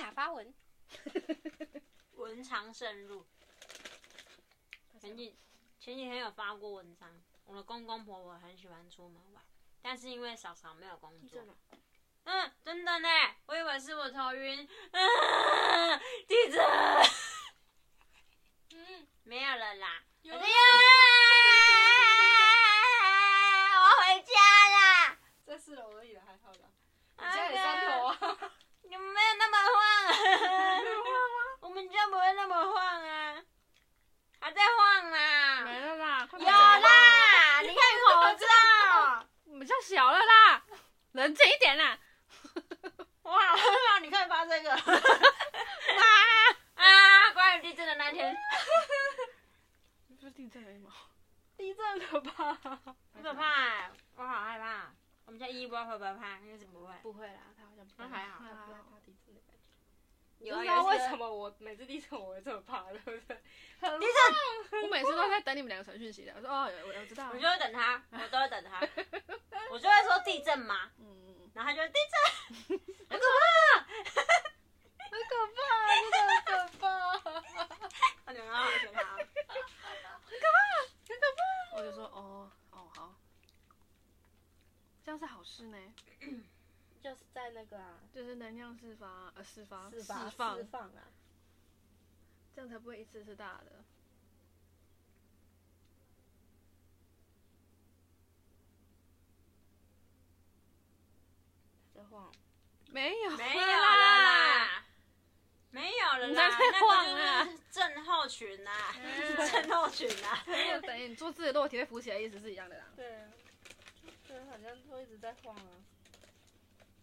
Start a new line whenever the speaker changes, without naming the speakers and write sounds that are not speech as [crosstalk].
雅发文，
文昌盛入。前几前几天有发过文章，我的公公婆婆很喜欢出门玩，但是因为嫂嫂没有工作，嗯，真的呢，我以为是我头晕， [laughs] 嗯，地震，
嗯，
没有了啦，我
有啊
的呀，我要回家啦，
在四楼而已了，还好啦。你家
哎
也三楼
啊，
啊，
你们没有那
[laughs]
么晃，我们家不会那么晃啊，还在晃啦，
[laughs] 没了啦，快
有
点
啦，你看口罩，
比较小了啦，冷静一点啦。
哇，你看发 [laughs] 这个，啊，关于地震的那天，
你不是地震了吗？
地震了 [laughs] 吧？
很可怕欸，我好害怕。我们家一波会不会怕？应该是不会。
不会啦，他好像不
那还好
他不太怕地震的感觉。不
有啊
知道为什
么
么我每次地震我会这么怕，对不对？很
地震？
我每次都在等你们两个传讯息的，我说哦，有我我知道
我。就会等他，我都会等 [laughs] 他。我就会说地震嘛，
嗯，
然后他就会地震。
很可怕，真的很可怕。
我就然后我学他，
我就说哦哦好，这样是好事呢，
[laughs] 就是在那个啊，
就是能量释放呃释放
释
释
放
放
释，放啊，
这样才不会一次次大的。 [laughs]
在晃。
没有
没有了啦，没有了
你
啦
才，在晃啊
那个
嗯
就是症候群啊， [laughs] 症候群啊。
没有，等于你做自己的肉体会浮起来，意思是一样的啦。
对啊，对，好像都一直在晃啊。